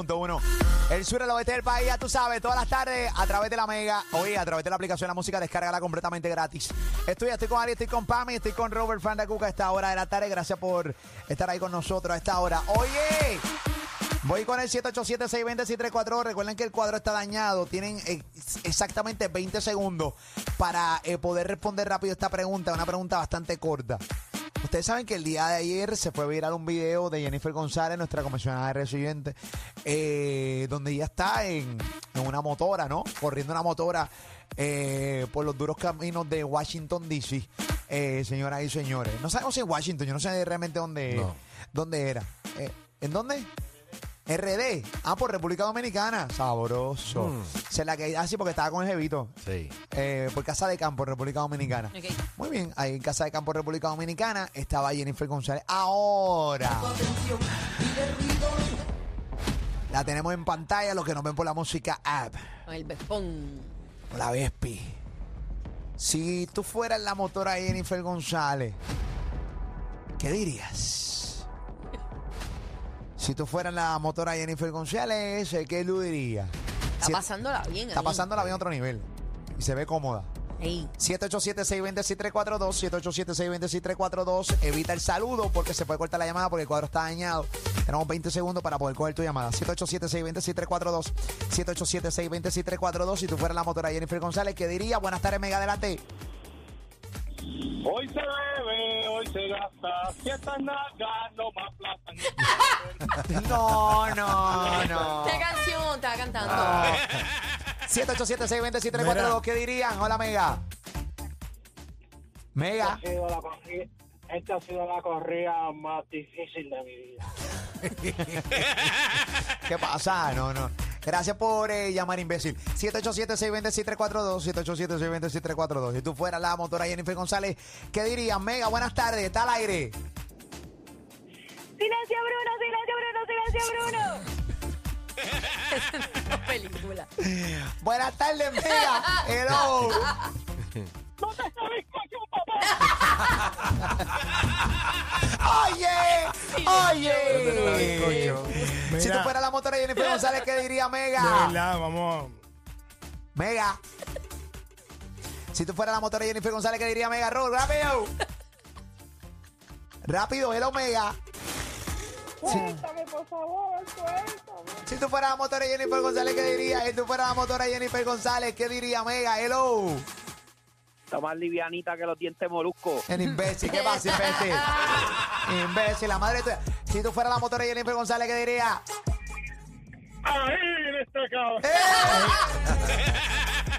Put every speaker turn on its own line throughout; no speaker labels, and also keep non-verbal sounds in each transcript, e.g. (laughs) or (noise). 94.1. El sur, el oeste del país, ya tú sabes, todas las tardes a través de la Mega. Oye, a través de la aplicación La Música, descárgala completamente gratis. Estoy, estoy con Ari, estoy con Pami, estoy con Robert Fandacuca a esta hora de la tarde. Gracias por estar ahí con nosotros a esta hora. Oye, voy con el 787-620-634. Recuerden que el cuadro está dañado. Tienen eh, exactamente 20 segundos para eh, poder responder rápido esta pregunta, una pregunta bastante corta. Ustedes saben que el día de ayer se fue viral un video de Jennifer González, nuestra comisionada de residente, eh, donde ella está en, en una motora, ¿no? Corriendo una motora eh, por los duros caminos de Washington, D.C., eh, señoras y señores. No sabemos si es Washington, yo no sé realmente dónde,
No.
dónde era. Eh, ¿En dónde? RD. Ah, por República Dominicana. Sabroso.
Mm.
Se la que así porque estaba con el jevito.
Sí.
eh, por Casa de Campo, República Dominicana.
Ok.
Muy bien, ahí en Casa de Campo, República Dominicana, estaba Jennifer González. Ahora. La tenemos en pantalla, los que nos ven por la música app.
Con el bespón.
Hola, Vespi. Si tú fueras la motora de Jennifer González, ¿qué dirías? Si tú fueras la motora de Jennifer González, ¿qué tú dirías?
Está
Si-
pasándola bien.
Está
ahí.
pasándola bien a otro nivel. Y se ve cómoda.
Ey.
787-620-6342, 787-620-6342. Evita el saludo porque se puede cortar la llamada porque el cuadro está dañado. Tenemos 20 segundos para poder coger tu llamada. 787-620-6342, 787-620-6342. Si tú fueras la motora Jennifer González, ¿qué diría? Buenas tardes, mega adelante.
Hoy se bebe, hoy se gasta, si estas nalgas no me aplazan.
No, no, no.
Ah.
¿Qué canción estaba cantando?
787-620-6342, ¿qué dirían? Hola, mega. Mega.
sido la corrida- esta ha sido la corrida más difícil de mi (laughs) vida.
¿Qué pasa? No, no. Gracias por eh, llamar, imbécil. 787-620-6342, 787-620-6342. Si tú fueras la motora Jennifer González, ¿qué dirías? Mega, buenas tardes, está al aire.
Silencio, Bruno, silencio, Bruno, silencio, Bruno.
(laughs) Una película.
Buenas tardes, Mega. Hello.
¿Dónde está mi coche, papá?
Oye,
Eh,
oye. Si tú
Mira,
fueras la motora Jennifer González, ¿qué diría
de
Mega?
verdad, vamos.
Mega. Si tú fueras la motora Jennifer González, ¿qué diría Mega? Rol, rápido. Rápido, hello, Mega.
Suéltame, por favor, suéltame.
Si tú fueras la motora Jennifer González, ¿qué dirías? Si tú fueras la motora Jennifer González, ¿qué diría Mega? Hello.
Está más livianita que los dientes moluscos.
El imbécil, ¿qué pasa, imbécil? imbécil, la madre tuya. Si tú fueras la motora Jennifer González, ¿qué diría?
Ahí este destacado.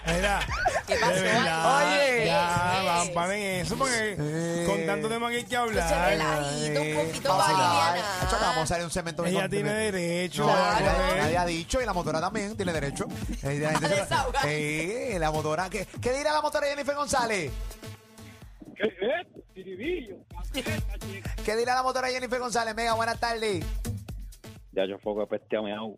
Mira,
¿Qué pasó?
de verdad.
Oye.
Ya,
Ey,
van,
ey.
paren eso, porque
Eh.
con tanto tema que hay que
Ese
hablar.
relajito, un poquito
Vamos a
más
sacar-
liviana.
Chacho, Vamos a salir un cemento.
Ella
bien
tiene
contento.
derecho. eh. a
Claro.
Nadie,
correr.
nadie ha dicho y la motora también tiene derecho. Eh, la gente se-
desahogar.
Eh, la motora. ¿Qué, qué dirá la motora Jennifer González?
¿Qué es? Tiribillo.
¿Qué dirá la motora Jennifer González? Mega, buenas tardes.
Ya yo foco de peste a mi agua.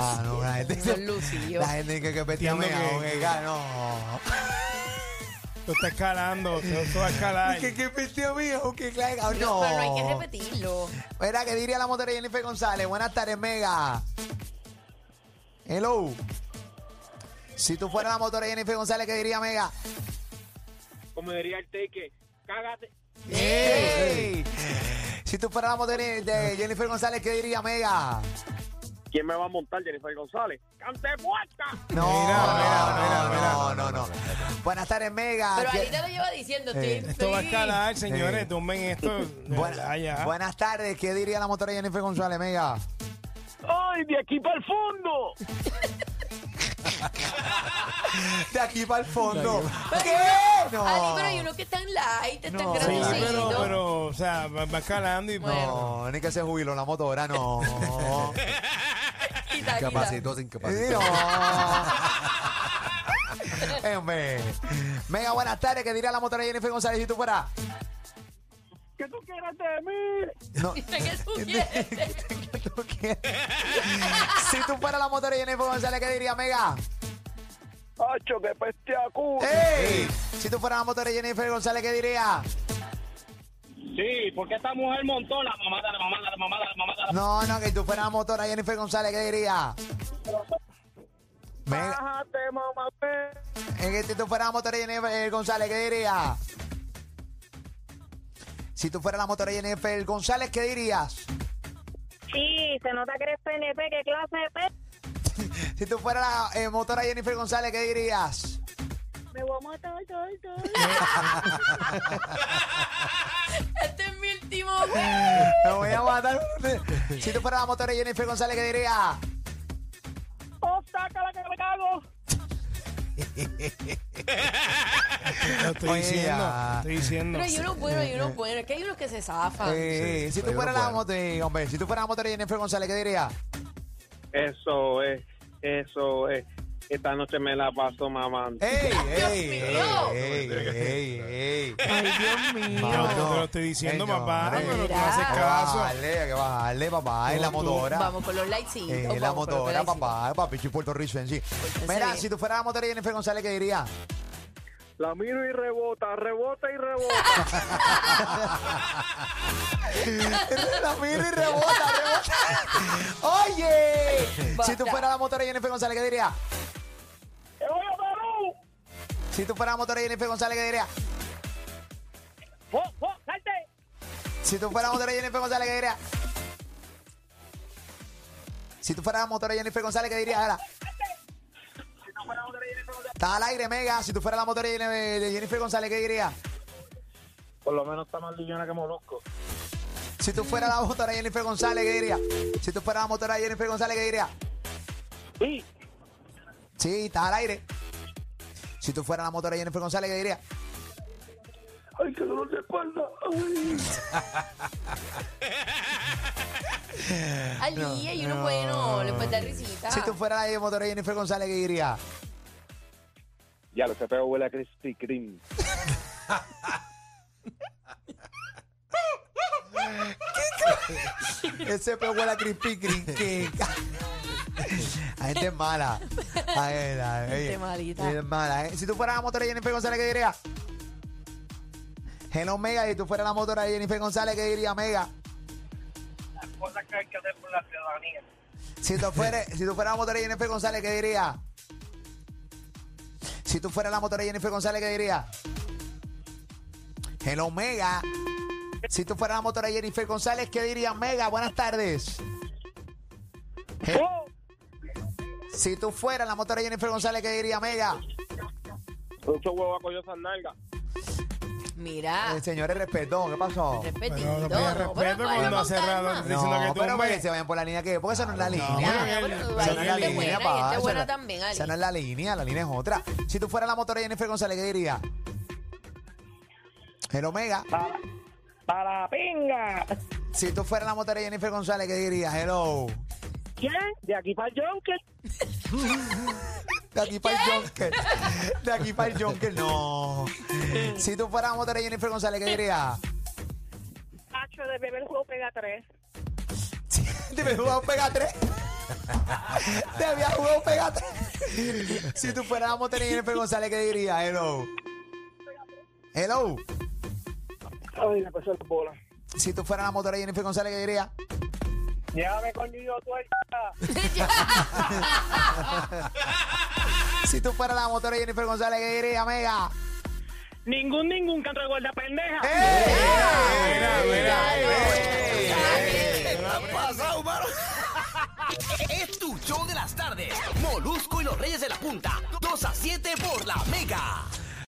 Ah, no, la gente
Son lucidos.
La gente que, que vestía
Entiendo
Mega,
que-
Mega, no.
Tú estás escalando, tú tú vas a escalar.
¿Qué, qué vestido mío? ¿Qué clase? Ah, No.
No, pero no hay que repetirlo.
Mira, que diría la motora Jennifer González. Buenas tardes, Mega. Hello. Si tú fueras la motora Jennifer González, ¿qué diría Mega?
Como diría el take, cágate.
¡Ey! Si tú fueras la motora de Jennifer González, ¿qué diría Mega?
¿Quién me va a montar, Jennifer González? ¡Cante puerta!
No,
Mira, mira,
no,
mira, mira.
no, no, no. Buenas tardes, Mega.
Pero
¿Qué-
ahí te lo lleva diciendo, estoy
Eh,
Esto va a
feliz.
escalar,
Sí.
señores. Tumben esto. de
Buena-
verdad, ya.
buenas tardes, ¿qué diría la motora Jennifer González, Mega?
¡Ay, de aquí para el fondo!
De aquí para el fondo. ¿Qué? No.
Ari, pero hay uno que está en light, está
No.
en
Sí,
Buena-
pero,
grandecito.
pero, o sea, va, va escalando y. pues,
Bueno.
No, ni que se jubiló la motora, no.
Quita, quita.
Incapacitó,
Sí,
(laughs)
incapacitó.
no. Eh, Hombre. Mega, buenas tardes, ¿qué diría la motora Jennifer González si tú fueras?
¿Qué tú quieres de mí?
No. (laughs)
¿Qué
Este-
tú quieres?
¿Qué tú quieres? si tú fueras la motora Jennifer González, ¿qué diría, Mega?
¡Hacho, que peste a culo!
¡Ey! Si tú fueras la motora Jennifer González, ¿qué diría?
Sí, porque esta mujer montó la mamada, la mamada, la mamada, la mamada. la-
No, no, que tú fueras motora Jennifer González, ¿qué diría? Me-
Bájate, mamá.
En que si tú fueras la motora Jennifer González, ¿qué dirías? Si tú fueras la motora Jennifer González, ¿qué dirías?
Sí, se nota que eres PNP. ¿Qué clase de P?
Si tú fueras la eh, motora Jennifer González, ¿qué dirías?
Me voy a matar, todo, todo.
Este es mi último juego.
(laughs)
Me voy a matar. Si tú fueras la motora Jennifer González, ¿qué dirías?
Ah,
¡Oh, sácala que me cago!
Lo estoy
Oye,
diciendo,
ya.
estoy diciendo.
Pero hay unos buenos, hay unos buenos. Es que hay unos que se zafan.
Eh,
Sí,
si tú
oye,
fueras
no
la
puedo.
motora, hombre, si tú fueras la motora Jennifer González, ¿qué dirías?
Eso es, eso es. Esta noche me la paso mamando.
¡Ey,
Dios
ey,
mío.
ey, ey, ey!
Ay, Dios mío.
Yo
Mano.
te lo estoy diciendo,
Señores.
papá, pero tú no
Mira.
haces
Hay que
caso.
bajarle, hay que bajarle, papá. Es la
Tú, tú.
motora.
Vamos con los likecitos.
Eh,
vamos
la
con los
motora,
likecitos.
papá, papi, soy Puerto Rico en sí. Mira,
bien.
si tú fueras la motora Jennifer González, ¿qué dirías?
La miro y rebota, rebota y rebota.
la mira y rebota, rebota. Oye, si tú
Basta.
fueras la motora Jennifer González, ¿qué dirías?
¡Eh,
¡Te voy a Perú!
Si tú fueras la motora Jennifer González, ¿qué dirías?
¡Oh, oh, salte!
Si tú fueras la motora Jennifer González, ¿qué dirías? Si tú fueras la motora Jennifer González, ¿qué dirías? Era? Está al aire, mega. Si tú fueras la motora de Jennifer González, ¿qué dirías?
Por lo menos está más liviana que Molusco.
Si tú fueras la motora Jennifer González, ¿qué dirías? Si tú fueras la motora Jennifer González, ¿qué dirías?
Sí,
Sí, estás al aire. Si tú fueras la motora Jennifer González, ¿qué dirías?
ay, que dolor de espalda. Ay.
Al día hay uno bueno. Le puedes dar risita.
Si tú fueras la motora Jennifer González, ¿qué dirías?
Ya lo que pego huele a Krispy Kreme.
Ese peo huele a crispy que La gente es mala. A ver, a ver.
Gente malita.
Es mala, ¿eh? Si tú fueras la motora Jennifer González, ¿qué dirías? Hello, Mega. Si tú fueras la motora Jennifer González, ¿qué diría Mega?
Cosas que hay que hacer por la ciudadanía.
Si tú fueras, si tú fueras la motora Jennifer González, ¿qué dirías? Si tú fueras la motora Jennifer González, ¿qué dirías? Hello, Mega. Si tú fueras la motora Jennifer González, ¿qué dirías, Mega? Buenas tardes. He-
Oh.
Si tú fueras la motora Jennifer González, ¿qué diría Mega?
Mucho huevo a coyosas nalgas.
Ah.
Mira.
Eh, señores, respeto, ¿qué pasó?
Respetito.
Pero no pidas
pero
respeto
vaya
cuando
con
hace
calma.
rato
No,
diciendo que
pero
tú
para que
hombre.
se vayan por la línea que, porque esa no es la
no,
línea.
pero que
Ah,
él- se
pero tú,
lo
hay
Esa no es la
gente
elige.
línea,
buena
pa,
y gente
esa
buena
no-
también, Ali.
Esa
(laughs)
no es la línea, la línea es otra. Si tú fueras la motora Jennifer González, ¿qué dirías? El Omega.
¡Para, para pinga!
Si tú fueras la motora Jennifer González, ¿qué dirías? Hello.
¿Quién? De aquí para el Junker.
De aquí para el Junker. De aquí para el Junker, no. Si tú fueras la motora Jennifer González, ¿qué dirías?
Hacho de beber jugo pega tres.
Debía jugar un pega 3. Debía jugar un pega 3. Si tú fueras la motora Jennifer González, ¿qué dirías? Hello. Hello.
Ay, le pasó la bola.
Si tú fueras la motora Jennifer González, ¿qué dirías?
Llévame con yo tuerta.
Si tú fueras la motora Jennifer González, ¿qué dirías, mega?
(laughs) Ningún, ningún canto de guarda pendeja.
¡Eh!
Mira, mira,
Ay, ay, ay.
Es tu show de las tardes. Molusco y los Reyes de la Punta. 2 a 7 por la Mega.